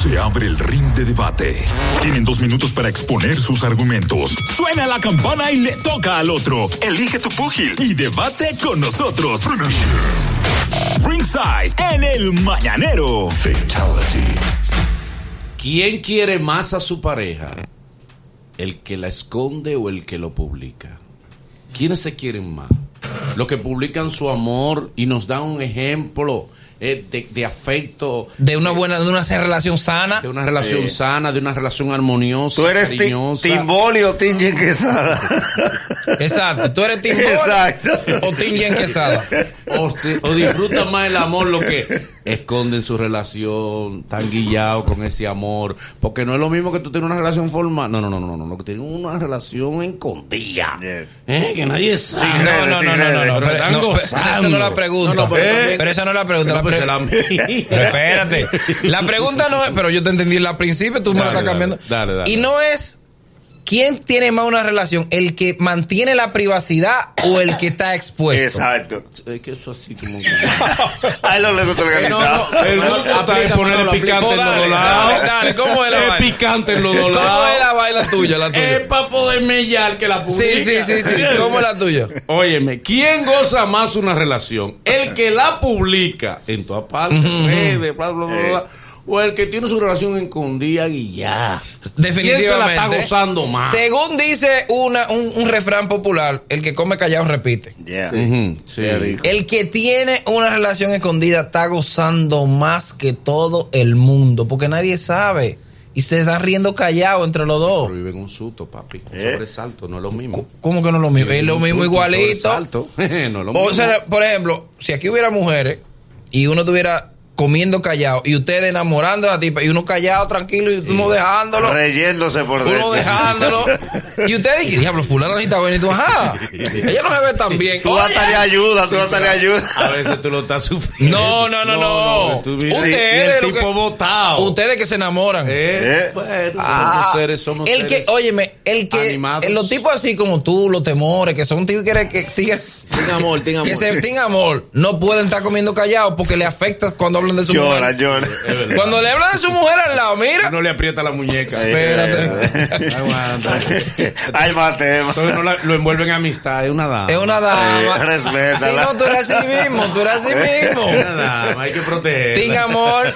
Se abre el ring de debate. Tienen dos minutos para exponer sus argumentos. Suena la campana y le toca al otro. Elige tu púgil y debate con nosotros. Ringside en el mañanero. ¿Quién quiere más a su pareja? ¿El que la esconde o el que lo publica? ¿Quiénes se quieren más? Los que publican su amor y nos dan un ejemplo eh, de, de afecto, De una buena, de una relación sana. de una relación sana, de una relación armoniosa, Tú eres Ti- cariñosa. Timboli o Tingen Quesada. Exacto. Tú eres Tim Ball Exacto. o Tim Jen Quesada. o, se- o disfruta más el amor lo que esconden su relación, tan guillado con ese amor, porque no es lo mismo que tú tienes una relación formal, no, no, no, no, no, no, que tienen una relación escondida, Yeah. ¿Eh? que nadie sabe. redes, No, no, sin no, no, no, redes. no. Pero Pero, están no, pero- gozando. esa no es la pregunta. Eh, No, no, pero también- Pero esa no es la pregunta. No, la pues, pre- se la mía. Pero espérate. La pregunta no es, pero yo te entendí la principio, tú me la Dale, estás cambiando. dale, dale, dale. Y no es quién tiene más una relación, el que mantiene la privacidad o el que está expuesto. Exacto. Es que eso así como... A él no le gusta organizado. El gusto está de ponerle picante en Dale, los dale, dos lados. dale, ¿cómo es la Es vaina? picante en los dos ¿Cómo es la lados. vaina tuya, la Es tuya? para poder mellar que la publica. Sí, sí, sí, sí. ¿Cómo es la tuya? Óyeme, ¿quién goza más una relación? ¿El que la publica en todas partes, redes, bla, bla, bla, bla, Eh. o el que tiene su relación escondida y ya? Definitivamente. ¿Quién se la está gozando más? Según dice una, un, un refrán popular, el que come callado repite. Yeah. Ujú, sí. Qué rico. El que tiene una relación escondida está gozando más que todo el mundo, porque nadie sabe. Y se están riendo callado entre los dos. Pero viven un susto, papi. Un Eh. sobresalto, no es lo mismo. ¿Cómo que no es lo mismo? Es Viven lo un mismo susto, un igualito. sobresalto. no es lo mismo. O sea, por ejemplo, si aquí hubiera mujeres y uno estuviera comiendo callado y ustedes enamorando a la tipa y uno callado tranquilo y uno dejándolo. Reyéndose por Uno dentro. dejándolo. Y usted dice, diablo, fulano necesita venir. Y tú, ajá. Ella no se ve tan bien. Tú Oye, vas a darle ayuda, tú vas a darle ayuda. a veces tú lo estás sufriendo. No, no, no, no. tú vives- Ustedes, y lo el tipo que, botado. ustedes que se enamoran. Eh, Eh. Bueno, Ah, somos seres, somos el seres. que, óyeme, el que, animados. los tipos así como tú, los temores, que son tigres que, tigres Ten amor, ten amor. que se tienen amor, no pueden estar comiendo callados porque le afecta cuando hablan de su Llora, mujer. llora. Cuando le hablan de su mujer al lado, mira, no le aprieta la muñeca. Espérate. Aguanta. Hay más temas. Entonces no la- lo envuelven en amistad, es una dama. es una dama. Sí, respétala. Si no, tú eres así mismo, tú eres así Es mismo. una dama, hay que protegerla. Tin amor.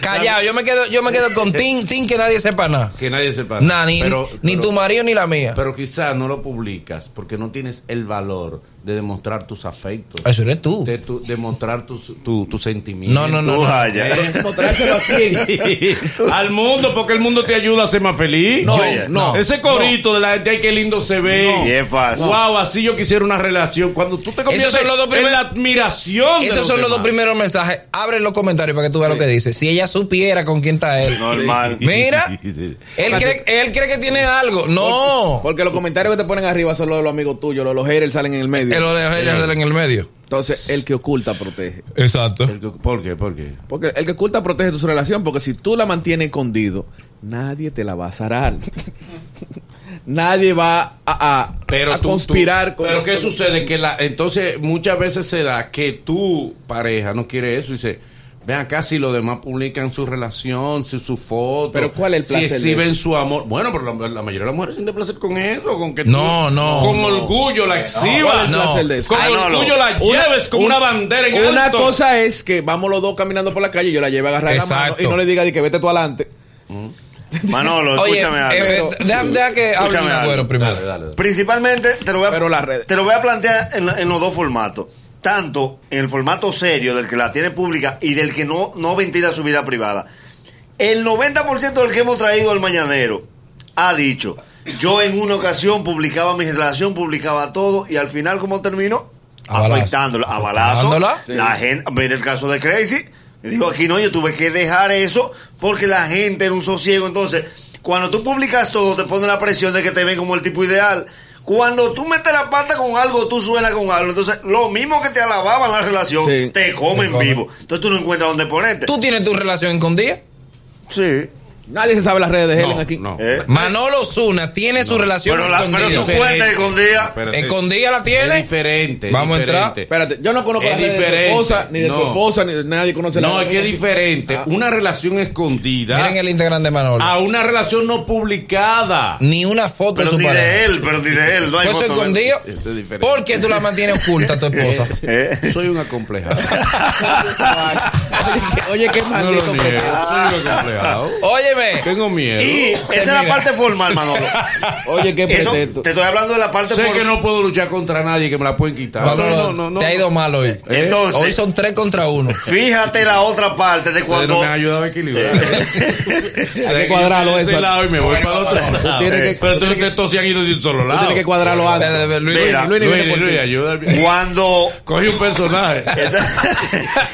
Callado, yo me quedo, yo me quedo con Tin, Tin que nadie sepa nada. Que nadie sepa. Nada, ni, Pero- ni pero- tu marido ni la mía. Pero quizás no lo publicas porque no tienes el valor de demostrar tus afectos. Eso eres tú. De tu- demostrar tus tu, tus sentimientos. No, no, no. Tú, no. Jaya. Eh, mostrárselo a quién. Al mundo, porque el mundo te ayuda a ser más feliz. No, Oye, no, Ese corito de la gente, ay, qué lindo se ve. No. Y es fácil. Wow, así yo quisiera una relación. Cuando tú te conviertes son los dos primer- en la admiración. de Esos son los demás. dos primeros mensajes. Abre los comentarios para que tú veas lo que dice. Si ella supiera con quién está él. Normal. Mira, él cree, él cree que tiene algo. No. Porque los comentarios que te ponen arriba son los de los amigos tuyos, los, los haters salen en el medio. El en el medio. Entonces, el que oculta protege. Exacto. El que- ¿Por qué? ¿Por qué? Porque el que oculta protege tu relación, porque si tú la mantienes escondido, nadie te la va a zarar. nadie va a, a- Pero a tú- conspirar tú- pero qué sucede que la entonces muchas veces se da que tu pareja no quiere eso y dice Ven acá si los demás publican su relación, si su foto. Pero ¿cuál es el placer Si de exhiben su amor. Bueno, pero la, la mayoría de las mujeres sienten placer con eso, con que No, tú no. Ah, con No. orgullo la ¿Cuál es exhibas. el placer de eso? Con Ay, no, no. orgullo la lleves como una bandera en Una alto. cosa es que vamos los dos caminando por la calle y yo la lleve a agarrar la mano Exacto. y no le diga de que vete tú adelante. Manolo, Oye, escúchame algo. eh, algo. eh, deja, deja que hable Escúchame el algo. agüero primero. Dale, dale, dale. Principalmente te lo voy a, Pero las redes. te lo voy a plantear en, en los dos formatos. Tanto en el formato serio del que la tiene pública y del que no, no ventila su vida privada. El 90% del que hemos traído al mañanero ha dicho, yo en una ocasión publicaba mi relación, publicaba todo y al final ¿cómo terminó? A balazo. Afectándola, a balazo. Afectándola. La gente, mira el caso de Crazy. Digo, aquí no, yo tuve que dejar eso porque la gente era un sosiego. Entonces, cuando tú publicas todo, te pone la presión de que te ven como el tipo ideal. Cuando tú metes la pata con algo, tú suenas con algo. Entonces, lo mismo que te alababan la relación, Sí, te comen comen. vivo. Entonces, tú no encuentras dónde ponerte. ¿Tú tienes tu relación escondida? Sí. Nadie se sabe las redes de Helen No, aquí. no. ¿Eh? Manolo Zuna tiene su relación Pero, la, pero su escondida. cuenta es escondida. Pero es- ¿Escondida la es tiene? diferente. Vamos a entrar. Espérate, yo no conozco Es las redes de diferente. tu esposa, ni de tu No. esposa, ni de nadie conoce No, las es que es redes. diferente. Ah. Una relación escondida Miren el Instagram de Manolo. a una relación no publicada. Ni una foto Ah. Pero de su ni pareja. de él, pero ni de él. No hay Pues foto de él. escondido. Esto es diferente. ¿Por qué tú la mantienes oculta a tu esposa? ¿Eh? Soy un acomplejado. Oye, qué No maldito lo niego. Soy un acomplejado. Óyeme. Tengo miedo. Y esa es la parte formal, Manolo. Oye, qué Eso, te pretexto. estoy hablando de la parte Sé formal. que no puedo luchar contra nadie que me la pueden quitar. Manolo, te ha ido mal hoy. Eh, Entonces, Hoy son tres contra uno. fíjate la otra parte de Ustedes no cuando. me han ayudado a equilibrar. Hay que cuadrarlo De eso. ese lado y me voy Bueno, para el otro tú lado. tienes que- Pero entonces estos se han ido de un solo lado. Tienes que cuadrarlo Espérate, antes. espérate, Luis, Mira, Luis, Luis, viene por Luis, ti. ayúdame. Cuando. Cogí un personaje.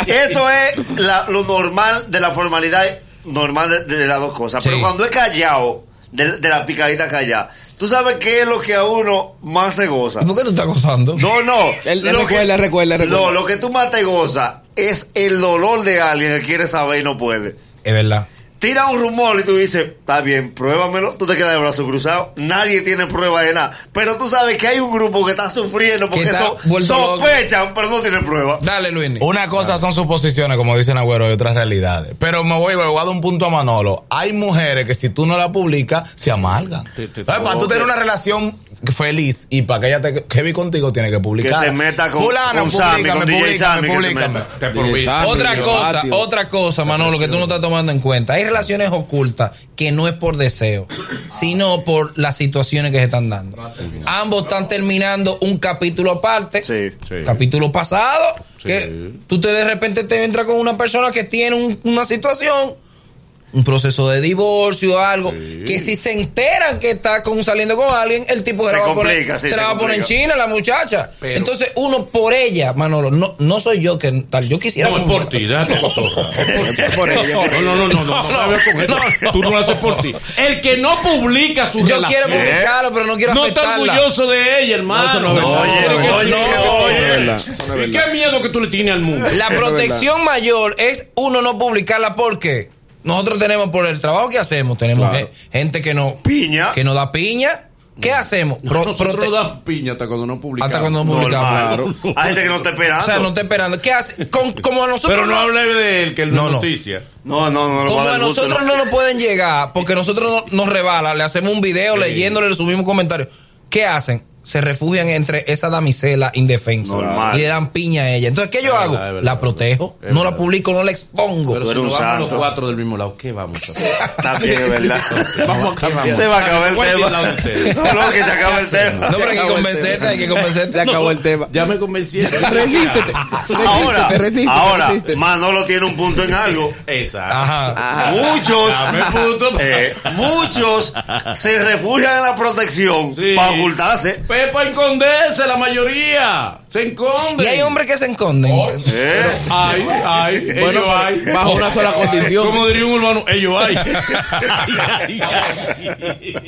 Eso es la- lo normal de la formalidad normal de, de las dos cosas. Pero Sí. cuando es callado, de, de la picadita callada, tú sabes qué es lo que a uno más se goza. ¿Por qué tú estás gozando? No, no. Él- él Lo recuerda, recuerda, recuerda. No, lo que tú más te gozas es el dolor de alguien que quiere saber y no puede. Es verdad. Tira un rumor y tú dices, está bien, pruébamelo. Tú te quedas de brazos cruzados. Nadie tiene prueba de nada. Pero tú sabes que hay un grupo que está sufriendo porque está so- vuelto loco. sospechan, pero no tienen prueba. Dale, Luis. Una cosa son suposiciones, como dicen Agüero, y otras realidades. Pero me voy, me voy a dar un punto a Manolo. Hay mujeres que si tú no la publicas, se amalgan. Te- te- Entonces, para tú tener una relación feliz y para que ella te que vi contigo, tiene que publicar. Que se meta con- Fulana, con Sammy, públicame, con DJ públicame, Sammy, que se públicame. meta. Te prometo. Exacto. Otra Patio, cosa, patio. otra cosa, Manolo, que tú no estás tomando en cuenta. Hay relaciones ocultas que no es por deseo, sino por las situaciones que se están dando. Ambos están terminando un capítulo aparte. Sí. Sí. Capítulo pasado, Sí. que tú te de repente te entras con una persona que tiene un- una situación, un proceso de divorcio, algo, Sí. que si se enteran que está con, saliendo con alguien, el tipo se, Se la va a poner- complica, sí, se se la va a poner en complica. China, la muchacha. Pero- Entonces uno por ella, Manolo, no, no soy yo que tal, yo quisiera... No, es por ti, déjate cotorra. Es por ella. No, no, no, no, no, no, me hables con eso. Tú no lo haces por ti. El que no publica su Yo relación. quiero publicarlo, pero no quiero No está afectarla. orgulloso de ella, hermano. No, eso no es verdad. Oye, Oye, oye, oye, oye. oye. ¿Y qué miedo que tú le tienes al mundo? La protección mayor es uno no publicarla porque nosotros tenemos por el trabajo que hacemos, tenemos Claro. ge- gente que no Piña. que no da piña. ¿Qué hacemos? Pro- prote- Nosotros da piña hasta cuando no publicamos. hasta cuando no publicamos. Normal. Hay gente que no está esperando. O sea, no está esperando. ¿Qué hace? Con- como a nosotros Pero no hable de él, que él no, No, es no. noticia. No, no, no. no como va a dar gusto, nosotros no nos pueden llegar porque nosotros no- nos rebala, le hacemos un video leyéndole, le subimos un comentario. ¿Qué hacen? Se refugian entre esa damisela indefensa Normal. y le dan piña a ella. Entonces, ¿qué yo Es hago? verdad, es verdad. la protejo, Es no la verdad. publico, no la expongo. Pero Tú si eres nos un vamos los santo. cuatro del mismo lado, ¿qué vamos a hacer? Está bien, es verdad. Vamos, se va a acabar el ¿Cuál es el lado de tema. ustedes? No, no, que se acaba el tema. no, pero hay que convencerte, hay que Se convencerte. acabó el tema. Ya me convencí. Resístete. Ahora, resístete, resístete, ahora, resístete. Manolo tiene un punto en algo. Exacto. Ah, Ajá. Muchos, Dame punto. eh, muchos se refugian en la protección Sí. para ocultarse. Pepa esconderse, la mayoría. Se esconde. Y hay hombres que se esconden. Eh, Ay, ay, Bueno, ellos hay. bajo una sola condición. Como diría un hermano, ellos hay. ay, ay, ay.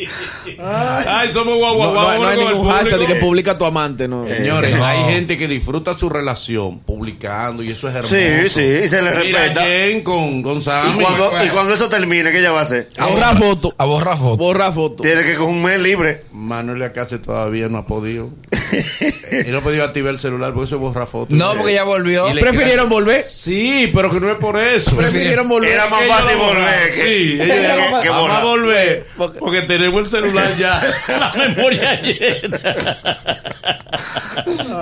Ay, somos guau, No, guau, no, guau. no hay con el ningún hashtag de que público. publica tu amante, no. Eh, Señores, No. hay gente que disfruta su relación publicando y eso es hermoso. Sí, sí, y se le Mira, respeta. Jen con y, Gonzalo. cuando, y cuando eso termine, ¿qué ella va a hacer? A borrar foto. A borrar fotos. Borra foto. Tiene que coger un mes libre. Manuel Acase todavía no ha podido. y no ha podido activar el celular porque eso borra fotos. No, porque ya volvió. Y le- Prefirieron volver. Sí, pero que no es por eso. Prefirieron volver. Era más Que ellos fácil lo borraron. volver que- Sí, que- ellos dijeron, que- que vamos borrar. a volver. Porque- Porque tenemos el celular ya. la memoria llena.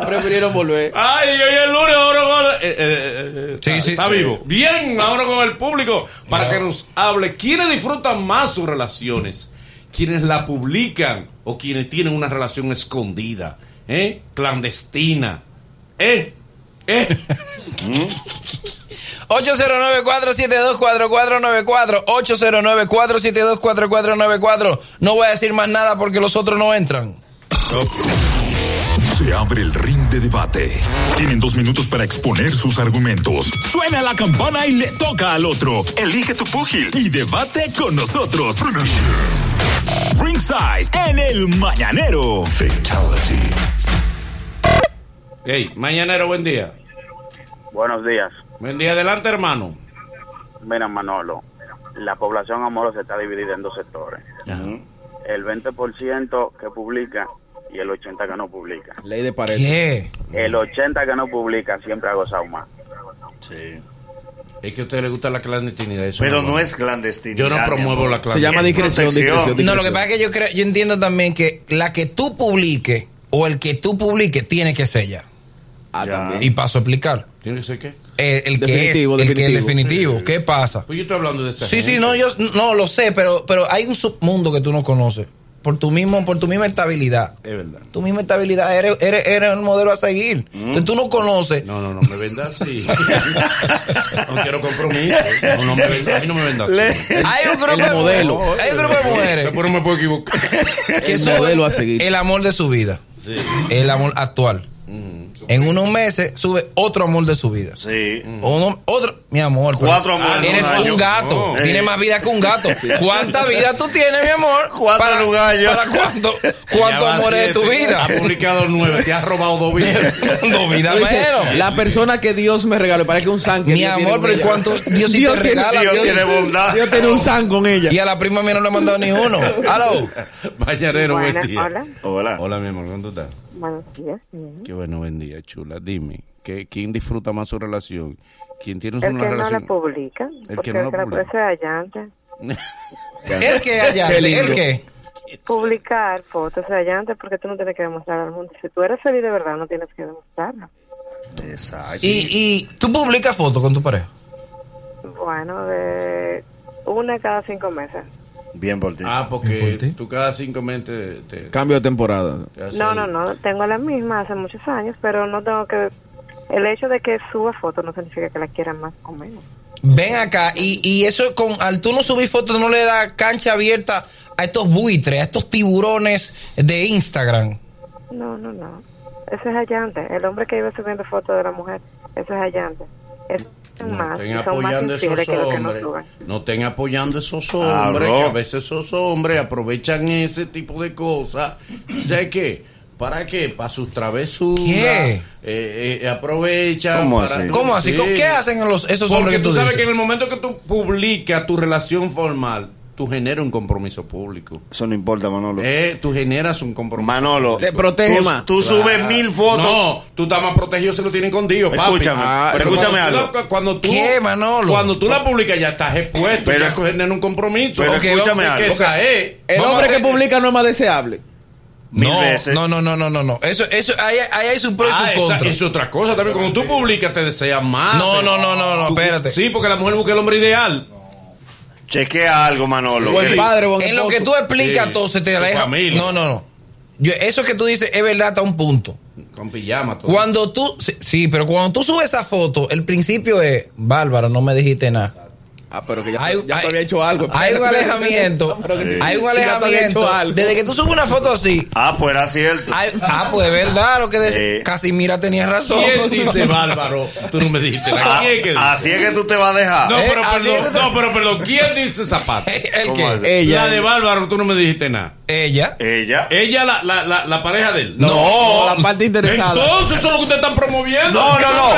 Prefirieron volver. Ay, hoy es lunes, ahora con. eh, eh, eh, Sí, está, sí. está vivo. Bien, ahora con el público para que nos hable. ¿Quiénes disfrutan más sus relaciones? ¿Quiénes la publican? ¿O quienes tienen una relación escondida? ¿Eh? Clandestina. ¿Eh? ¿Eh? 809-472-4494. 809-472-4494. No voy a decir más nada porque los otros no entran. Se abre el ring de debate. Tienen dos minutos para exponer sus argumentos. Suena la campana y le toca al otro. Elige tu púgil y debate con nosotros. Ringside en el mañanero. Hey, mañanero, buen día. Buenos días. Buen día, adelante, hermano. Mira, Manolo. la población amorosa está dividida en dos sectores. El 20% que publica y el 80% que no publica. Ley de pared. ¿Qué? El 80% que no publica siempre ha gozado más. Sí. Es que a usted le gusta la clandestinidad. eso Pero me no gusta. es clandestinidad. Yo no promuevo la Se llama Es discreción, protección. discreción, No, lo que discreción. pasa es que yo creo, yo entiendo también que la que tú publiques o el que tú publiques tiene que ser ya. Ah, Ya. también. Y paso a explicar. ¿Tiene que ser qué? Eh, El, que es, Definitivo, el que es definitivo. definitivo. ¿Qué pasa? Pues yo estoy hablando de esa Sí, sí, gente. no, yo no lo sé, pero, pero hay un submundo que tú no conoces. Por tu mismo, por tu misma estabilidad. Es verdad. Tu misma estabilidad, eres, eres, eres un modelo a seguir. Entonces tú no conoces. No, no, no me vendas así. no quiero compromiso. No, no me vendas. A mí no me vendas así. Hay un grupo El de modelo. mujeres- Hay un grupo de mujeres Pero me puedo equivocar. que El suben modelo a seguir. el amor de su vida. Sí. El amor actual. En unos meses sube otro amor de su vida. Sí. Uno- otro, mi amor. pero Cuatro amores Eres en un año. un gato. No. Tienes más vida que un gato. ¿Cuánta vida tú tienes, mi amor? Cuatro en un gallo. ¿Para cuánto, Ya cuánto va amor es de tu siete. vida? Ha publicado nueve. Te has robado dos vidas. Dos vidas Tú dices, menos. la persona que Dios me regaló, parece que un san que Mi Dios tiene amor, con pero ¿y ella. cuánto Dios sí te tiene- regala? Dios Dios- tiene bondad. Dios tiene un san con ella. Y a la prima mía no le he mandado ni uno. Aló. Mañanero, Buenas, buen día. hola. Hola. Hola, mi amor, ¿cómo tú estás? Buenos días. bien. Qué bueno, buen día, chula. Dime, ¿qué, ¿quién disfruta más su relación? ¿Quién tiene El una que no relación? la publica, que porque no la el que la publica. puede allante. ¿El qué, Allá? Qué lindo. ¿El qué? Publicar fotos de allante porque tú no tienes que demostrar al mundo. Si tú eres feliz de verdad, no tienes que demostrarlo. Exacto. Y, y tú publicas fotos con tu pareja. Bueno, de una cada cinco meses. Bien por ti. Ah, ¿Por porque ti? tú cada cinco meses te... te- Cambio de temporada. te haces No, el- no, no. Tengo la misma hace muchos años, pero no tengo que... El hecho de que suba fotos no significa que la quieran más o menos. Ven acá, y, y eso con al tú no subir fotos no le da cancha abierta a estos buitres, a estos tiburones de Instagram. No, no, no. Eso es allante. El hombre que iba subiendo fotos de la mujer, eso es allante. Eso es No más. estén y Son más apoyando infieles esos que los que no hombres. suben. No estén apoyando esos Ah, hombres. bro. que a veces esos hombres aprovechan ese tipo de cosas. ¿Sabes qué? ¿Para qué? Para sus travesuras. ¿Qué? Eh, eh, aprovechan. ¿Cómo para- así? ¿Cómo así? Sí. ¿Con- ¿Qué hacen los, esos hombres Porque que tú tú sabes que en dices? el momento que tú publicas tu relación formal, tú generas un compromiso público. Eso no importa, Manolo. Eh, tú generas un compromiso. Manolo. Te protege tú, más. Tú subes mil fotos. No, tú estás más protegido si lo tienen contigo, papi. Ah, Escúchame, pero cuando escúchame tú algo. la- cuando tú, ¿Qué, Manolo? Cuando tú la publicas ya estás expuesto, Pero- ya generas un compromiso. Pero Ok, escúchame vamos, algo. que esa es. El Vamos hombre a que hacer- publica no es más deseable. Mil no, veces. no, no, no, no, no, no. Eso, eso, ahí, ahí hay su pro y Ah, su esa- contra. es otra cosa también. Cuando tú publicas te deseas más. No, Te- no, no, no, no, Tú- espérate. Sí, porque la mujer busca el hombre ideal. Chequea algo, Manolo. Buen que- padre, buen En lo que tú esposo. explicas Sí, todo se te tu aleja. familia. No, no, no. Yo, eso que tú dices es verdad hasta un punto. Con pijama. todo. Cuando tú, sí, sí, pero cuando tú subes esa foto, el principio es, Bárbaro, no me dijiste nada. Ah, pero que ya, Hay- ya te hay- había hecho algo. Hay un Espérate. alejamiento. Pero que- Hay un ya te había alejamiento. hecho algo. Desde que tú subes una foto así. Ah, pues era cierto. hay- ah, pues es verdad lo que decía. Sí. Casimira tenía razón. ¿Quién dice bárbaro? Tú no me dijiste. nada. Ah, ¿Quién es que dice? así es que tú te vas a dejar. No, Eh, pero así perdón, es que- no, pero perdón, ¿quién dice zapato? ¿El ¿Cómo qué? es? Ella. La de Bárbaro, tú no me dijiste nada. Ella. Ella. Ella, la, la, la, la pareja de él. No. No, la parte interesada. Entonces, eso es lo que ustedes están promoviendo. No, no, no. no.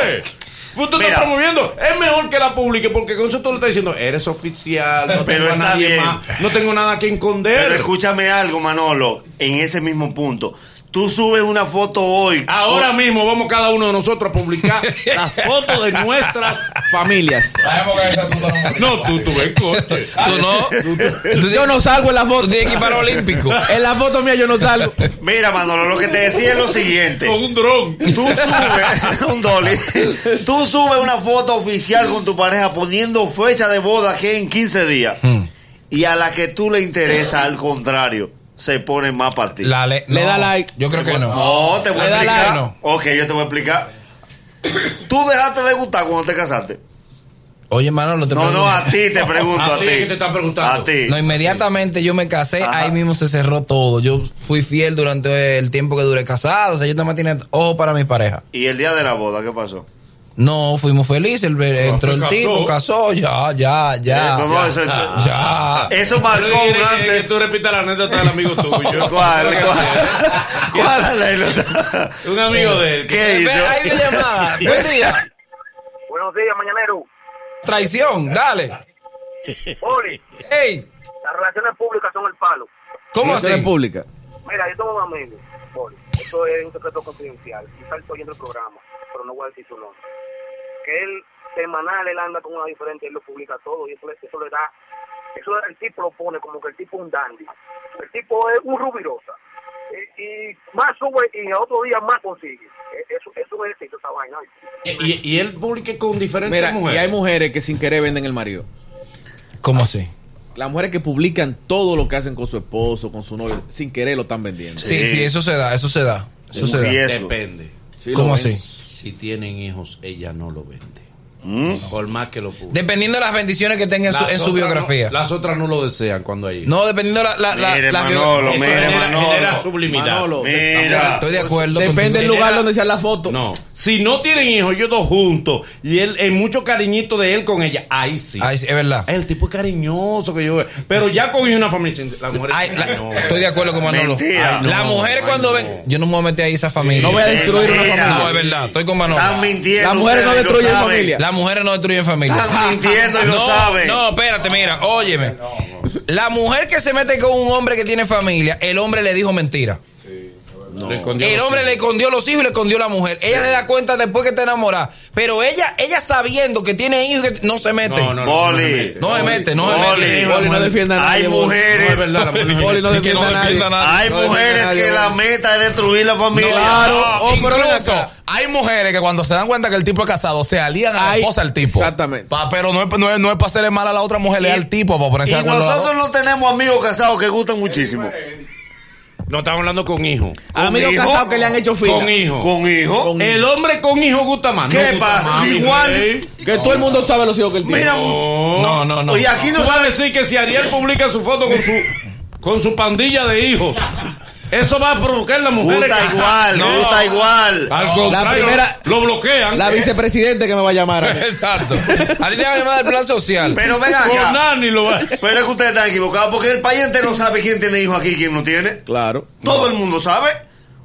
Usted Mira. está promoviendo. Es mejor que la publique porque con eso tú le estás diciendo, eres oficial, Pero no tengo a está nadie bien. más, no tengo nada que esconder. Pero escúchame algo, Manolo. En ese mismo punto. Tú subes una foto hoy. Ahora mismo vamos cada uno de nosotros a publicar las fotos de nuestras Familias. Sabemos que ese asunto no No, tú, tú ven, coche. Tú no. Yo no salgo en la Tú foto. tienes que ir para los olímpicos. En la foto mía yo no salgo. Oh, Mira, Manolo, lo que te decía es lo siguiente. Con un dron. Tú subes un dolly. Tú subes una foto oficial con tu pareja poniendo fecha de boda que en 15 días. Hmm. Y a la que tú le interesa, al contrario, se pone más para ti. La le, Le no, da like. Yo creo que no. No, te voy a Le da explicar. like, no. Ok, yo te voy a explicar. Tú dejaste de gustar cuando te casaste. Oye, Manolo, te No, pregunto. no, a ti te pregunto. A A ti ti que te están preguntando. A ti. No, inmediatamente yo me casé, Ajá. ahí mismo se cerró todo. Yo fui fiel durante el tiempo que duré casado. O sea, yo también tenía ojo para mi pareja. ¿Y el día de la boda qué pasó? No, fuimos felices. el- entró el se tipo, casó, ya, ya, ya. Eh, no, no, eso, Ya. eso Pero marcó quiere un que- que antes. tú repitas la anécdota del amigo tuyo. ¿Cuál? ¿Cuál? ¿Cuál anécdota? Un amigo de él. que- ¿Qué Ve, hay hizo? una llamada. Buen día. Buenos días, mañanero. Traición, dale. Poli, ¡Ey! las relaciones públicas son el palo. ¿Cómo Relaciones así? públicas. Mira, yo tengo un amigo, Poli. Esto es un secreto confidencial. Quizá él está oyendo el programa, pero no voy a decir su nombre. Que él, semanal, él anda con una diferente, él lo publica todo y eso, le- eso le da... Eso el tipo lo pone como que el tipo es un dandy. El tipo es un rubirosa. Eh, Y, más sube y a otro día más consigue. Eh, Eso, eso es éxito, esa vaina. Y, y él publica con diferentes Mira, y mujeres. hay mujeres que sin querer venden el marido. ¿Cómo así? Las mujeres que publican todo lo que hacen con su esposo, con su novio, sin querer lo están vendiendo. Sí, sí, eso se da, eso se da. Eso se Y da. eso. Depende. Sí, lo ¿Cómo ven. así? Si tienen hijos, ella no lo vende. Mm. Por más que lo publique. Dependiendo de las bendiciones que tenga en su, Las en su otras biografía. no- las otras no lo desean cuando hay hijos. No, dependiendo la, la, la, Mire, la bio- Manolo, Eso mire, genera, Manolo. genera sublimidad. Manolo, Mira. Estoy de acuerdo. Depende contigo. del lugar donde sea la foto. No, si no tienen hijos, ellos dos juntos y él, es mucho cariñito de él con ella, ahí sí. Ay, sí, es verdad. El tipo es cariñoso que yo veo. Pero ya con una familia, sin- la mujer es Ay, la- cariñosa. estoy de acuerdo con Manolo. Mentira. Ay, no, la mujer ay, cuando no. ven. Yo no me voy a meter ahí esa familia. No voy a destruir una Mira. familia. No, es verdad. Estoy con Manolo. Están mintiendo. Las mujeres no ustedes, lo destruyen saben. familia. Las mujeres no destruyen familia. Están mintiendo y lo no, saben. No, espérate, mira, óyeme. La mujer que se mete con un hombre que tiene familia, el hombre le dijo mentira. Le escondió el los hombre le hijos. escondió los hijos y le escondió la mujer. Ella se da cuenta después que está enamorada. Pero ella, ella sabiendo que tiene hijos, que no se mete. No, no, no, no, Boli. se mete. No se mete, no se Boli. mete. Boli, no Hay defienda a nadie. Hay Boli. mujeres. No, es verdad, la mujer no- Boli, no Y que no defienda a nadie. defienda a nadie. Hay No, mujeres nadie, que la Boli. meta es destruir la familia. Claro. Oh, pero ven Incluso acá. hay mujeres que cuando se dan cuenta que el tipo es casado, se alían a la Ay, esposa al tipo. exactamente. Pa- pero no es, no, es, no es para hacerle mal a la otra mujer, es al tipo para Y ponerse de acuerdo. nosotros no tenemos amigos casados que gustan muchísimo. No estamos hablando con hijos. Amigos hijo. casados que le han hecho fila. Con hijos. Con hijos. Con- El hombre con hijos gusta más. ¿Qué gusta pasa? más, mi Igual. rey. Que todo el mundo sabe los hijos que él tiene. Mira, No, no, no. y aquí no Tú vas a saben. decir que si Ariel publica su foto con su con su pandilla de hijos, eso va a provocar a las mujeres. Gusta que- igual, No. Ah. gusta igual. Al La contrario, primera- lo bloquean. Eh. La vicepresidente que me va a llamar. a mí. Exacto. A ti te van a llamar del plan social. Pero ven Con acá. Nani lo va. Pero es que ustedes están equivocados porque el país entero sabe quién tiene hijos aquí y quién no tiene. Claro. Todo el mundo sabe.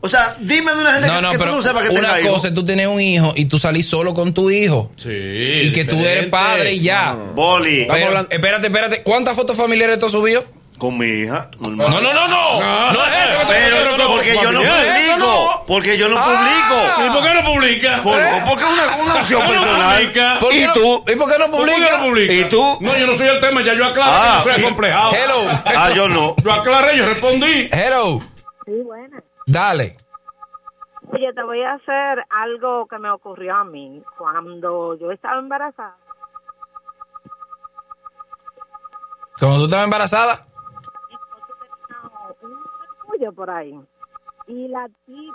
O sea, dime de una gente No, que, no, que tú pero no sepas que una tenga hijos. cosa es tú tienes un hijo y tú salís solo con tu hijo. Sí. y que tú eres diferente. padre y ya. Boli, Pero, hablando- espérate, espérate. ¿Cuántas fotos familiares tú has subido? con mi hija. normal. No, no, no, no. No es eso. que Pero estoy diciendo, porque yo no Eso publico. Porque yo no Ah. ¿Y publico. por qué no publica? Por- Porque es una, una opción ¿Por qué no personal. publica? ¿Por qué ¿Y no- tú? ¿Y por qué no ¿Por qué publica? no publica? ¿Y tú? No, yo no soy el tema, ya yo aclaré, Ah. yo no soy acomplejado. Hello. Ah, yo no. Yo aclaré, yo respondí. Hello. Sí, buena. Dale. Oye, te voy a hacer algo que me ocurrió a mí cuando yo estaba embarazada. Cuando tú estabas embarazada. no, un tuyo por ahí. Y la tipa,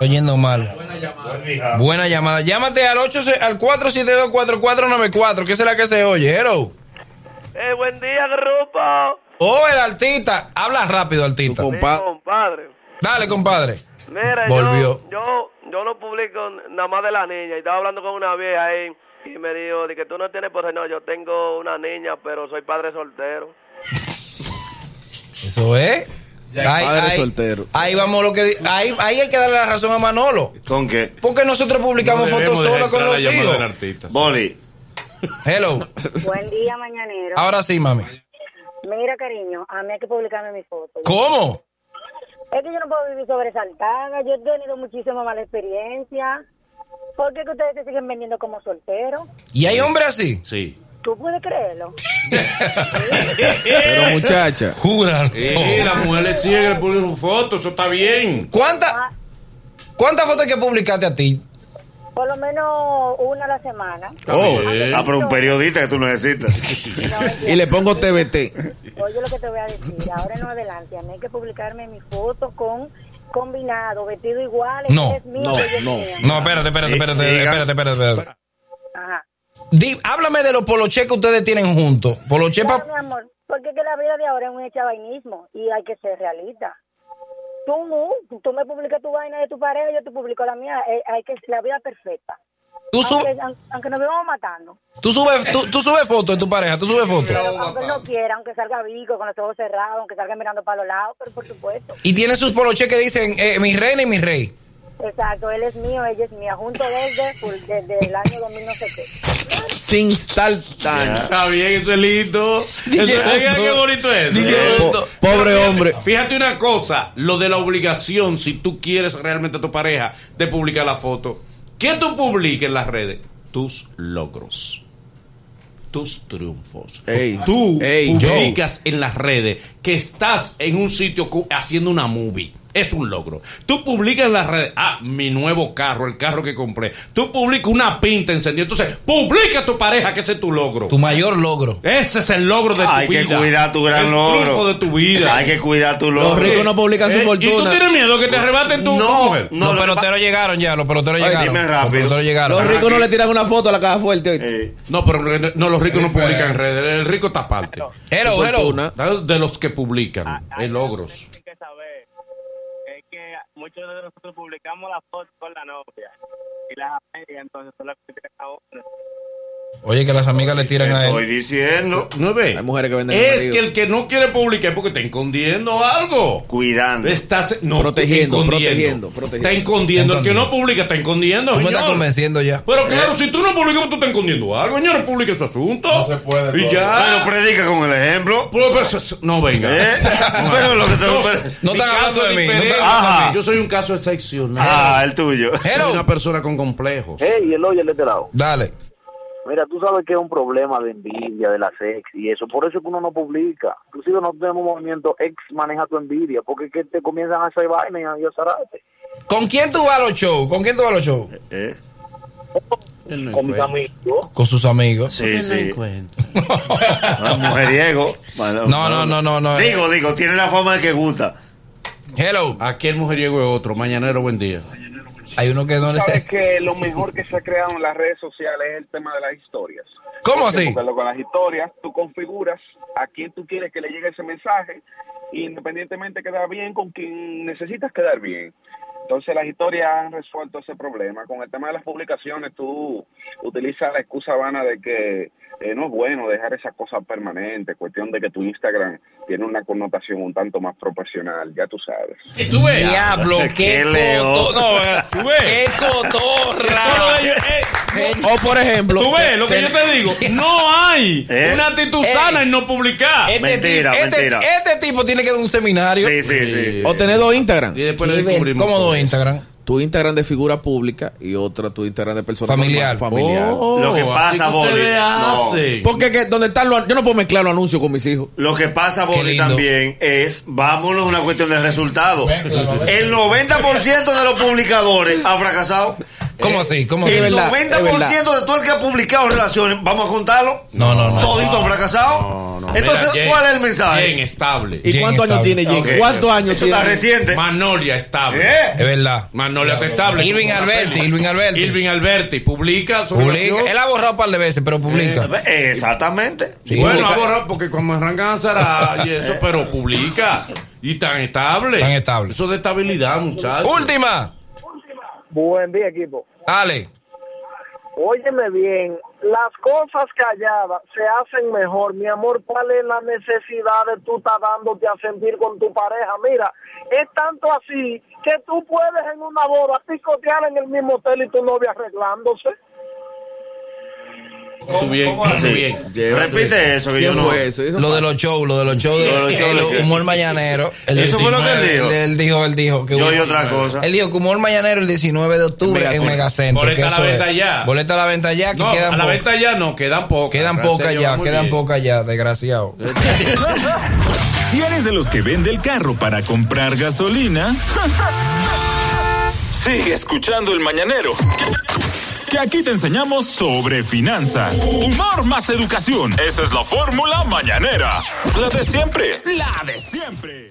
Estoy Oyendo mal. Buena llamada. Llámate al 8 al 472-4494, que esa es la que se oye. Hello. Eh, buen día, grupo. Oh, el artista. Habla rápido, artista. Compa- compadre. Dale, compadre. Mira, Volvió. Yo, yo, yo no publico nada más de la niña. Y estaba hablando con una vieja ahí y me dijo, de que tú no tienes por no, yo tengo una niña, pero soy padre soltero. Eso es. Ahí, padre ahí- soltero. ahí vamos lo que di- ahí, ahí hay que darle la razón a Manolo. ¿Con qué? Porque nosotros publicamos fotos solas con los hijos. Boli. Hello. Buen día, mañanero. Ahora sí, mami. Mira, cariño, a mí hay que publicarme mis fotos. ¿Cómo? Es que yo no puedo vivir sobresaltada. Yo he tenido muchísima mala experiencia. ¿Por qué que ustedes se siguen vendiendo como solteros? ¿Y hay hombres así? Sí. ¿Tú puedes creerlo? Eh. Pero muchacha. Júralo. Eh, la mujer le sigue que le pone su foto, eso está bien. ¿Cuántas cuántas fotos hay que publicaste a ti? Por lo menos una a la semana. Está Oh. bien. Ah, pero un periodista que tú necesitas. Y le pongo TBT. Oye, lo que te voy a decir, ahora no adelante, a mí hay que publicarme mi foto con combinado, vestido igual, No, ella es mía, no, yo es no, mía. No, espérate, espérate, Sí, espérate, siga. espérate, espérate, espérate. Ajá. Di- háblame de los polochés que ustedes tienen juntos. Poloché Claro, mi pa- amor, porque es que la vida de ahora es un echabainismo y hay que ser realista. Tú, no, tú me publicas tu vaina de tu pareja, yo te publico la mía, eh, hay que la vida perfecta. tú, sub- Aunque, aunque- aunque nos vivamos matando, tú subes tú, tú subes fotos de tu pareja, tú subes fotos. pero aunque no quiera, aunque salga vivo, con los ojos cerrados, aunque salga mirando para los lados, pero por supuesto. Y tienen sus polochés que dicen eh, mi reina y mi rey. Exacto, él es mío, ella es mía, junto desde, full- desde el año 2000 no sé qué. Sin tal tan. Está bien, eso es lindo. Eso- mira qué bonito es. Po- Pobre hombre. Fíjate una cosa, lo de la obligación, si tú quieres realmente a tu pareja de publicar la foto, ¿qué tú publiques en las redes? Tus logros, tus triunfos. Ey. tú Ey, publicas en las redes que estás en un sitio cu- haciendo una movie. Es un logro. Tú publicas en las redes, ah, mi nuevo carro, el carro que compré. Tú publicas una pinta encendida. Entonces, publica a tu pareja que ese es tu logro. Tu mayor logro. Ese es el logro de Hay tu que vida. cuidar tu gran el logro. triunfo de tu vida. Hay que cuidar tu logro. Los ricos no publican su Eh, ¿Y tú fortuna. tienes miedo que te arrebaten tu tu No, mujer? no, los lo que peloteros llegaron ya, los peloteros Oye, llegaron. dime rápido. Los peloteros llegaron. Los Ajá, ricos no sí. le tiran una foto a la caja fuerte hoy. pa- eh, No, pero no, no, los ricos no publican en redes. El rico está aparte. Eh, Hello, hello. Fortuna. De los que publican. ah, Hay logros. que saber es que muchos de nosotros publicamos las fotos con la novia y las amigas, entonces son las que tiran a otros. Oye, que las amigas le tiran a estoy él. diciendo, ¿No ves? Hay mujeres que venden el Es marido. que el que no quiere publicar es porque está escondiendo algo. cuidando. Estás no, Protegiendo, escondiendo. protegiendo, protegiendo. Está escondiendo. El que Escondiendo. no publica está escondiendo. Tú me señor. estás convenciendo ya. Pero claro, Eh. si tú no publicas, pues tú estás escondiendo algo. Señor, no publiques ese asunto. No se puede Y todavía. ya. Pero predica con el ejemplo. Pero, pero, pero, no venga. ¿Eh? Pero lo que te No Mi están caso hablando de mí, es no diferente. están hablando de mí. Yo soy un caso excepcional. Ah, el tuyo. Soy Hello. una persona con complejos. Eh. Hey, el oye, el de este lado. Dale. Mira, tú sabes que es un problema de envidia, de la sex y eso. Por eso es que uno no publica. Inclusive no tenemos movimiento ex maneja tu envidia, porque es que te comienzan a hacer vaina y a azararte. ¿Con quién tú vas a los shows? ¿Con quién tú vas a los shows? ¿Eh? Él no Con mis encuentra. amigos. Con sus amigos. Sí, Él no sí. encuentra. Ah, Mujeriego. Bueno, No, no, no, no, no. Digo, digo, tiene la forma de que gusta. Hello. Aquí el mujeriego es otro. Mañanero, buen día. Hay uno que no le Sabes que lo mejor que se ha creado en las redes sociales es el tema de las historias. ¿Cómo Porque, así? porque con las historias tú configuras a quién tú quieres que le llegue ese mensaje y independientemente quedar bien con quien necesitas quedar bien. Entonces las historias han resuelto ese problema. Con el tema de las publicaciones tú utilizas la excusa vana de que eh, no es bueno dejar esas cosas permanentes, cuestión de que tu Instagram tiene una connotación un tanto más profesional, ya tú sabes. tú ves. Diablo, Qué qué leo. coto- no, ves. qué cotorra. eh, este O por ejemplo. Tú ves lo que yo te digo. No hay Eh. una actitud Eh. sana en no publicar. Este ah, Mentira, ti- este, mentira. este tipo tiene que dar un seminario. Sí, sí, sí. O tener dos Instagram. Y después lo Nivel. descubrimos. ¿Cómo dos Instagram? Tu Instagram de figura pública y otra tu Instagram de persona Familiar. normal, familiar. Lo que pasa, Oh, así Boli, ustedes no. hacen. Porque que donde están los, yo no puedo mezclar los anuncios con mis hijos. Lo que pasa, Boli, lindo. también es, vámonos a una cuestión de resultados. El 90% de los publicadores ha fracasado. Eh, ¿Cómo así? ¿Cómo así? es El verdad, es 90% de todo el que ha publicado relaciones, vamos a contarlo. No, no, no. Todito ha fracasado. Entonces, Mira, ¿cuál Jen, es el mensaje? Jen estable. ¿Y Jen cuántos está años bien. tiene Jen? Ok. ¿Cuántos años Eso está tiene? reciente. Magnolia estable. ¿Eh? Es verdad. Magnolia está estable. Irving Alberti, Irving Alberti. Irving Alberti publica su Publica. relación. Él ha borrado un par de veces, pero Eh, publica. Exactamente. Sí, bueno, publica. ahora porque cuando arrancan a Zara y eso, pero publica. Y tan estable. Tan estable. Eso de estabilidad, muchachos. Última. Buen día, equipo. Ale. Óyeme bien, las cosas calladas se hacen mejor. Mi amor, ¿cuál es la necesidad de tú estar dándote a sentir con tu pareja? Mira, es tanto así que tú puedes en una boda picotear en el mismo hotel y tu novia arreglándose. Tú bien, ¿Cómo así? tú bien. Repite eso que yo ¿Quién no. fue eso? Eso Lo fue- de los shows, lo de los shows, Lo de los shows, el ¿de qué? humor mañanero. el Eso fue lo que él 19, dijo. Él dijo, él dijo. Que Yo y hubo- otra cosa. Él dijo que humor mañanero el 19 de octubre en Megacentro. Megacentro. Boleta que a la eso es. venta ya. Boleta a la venta ya, que No, quedan a la pocas. venta ya no, quedan pocas. Quedan Gracias a pocas Dios, ya, muy quedan bien. pocas ya, desgraciado. Si eres de los que vende el carro para comprar gasolina, ¡ja! sigue escuchando el mañanero. Que aquí te enseñamos sobre finanzas, humor más educación. Esa es la fórmula mañanera. La de siempre. La de siempre.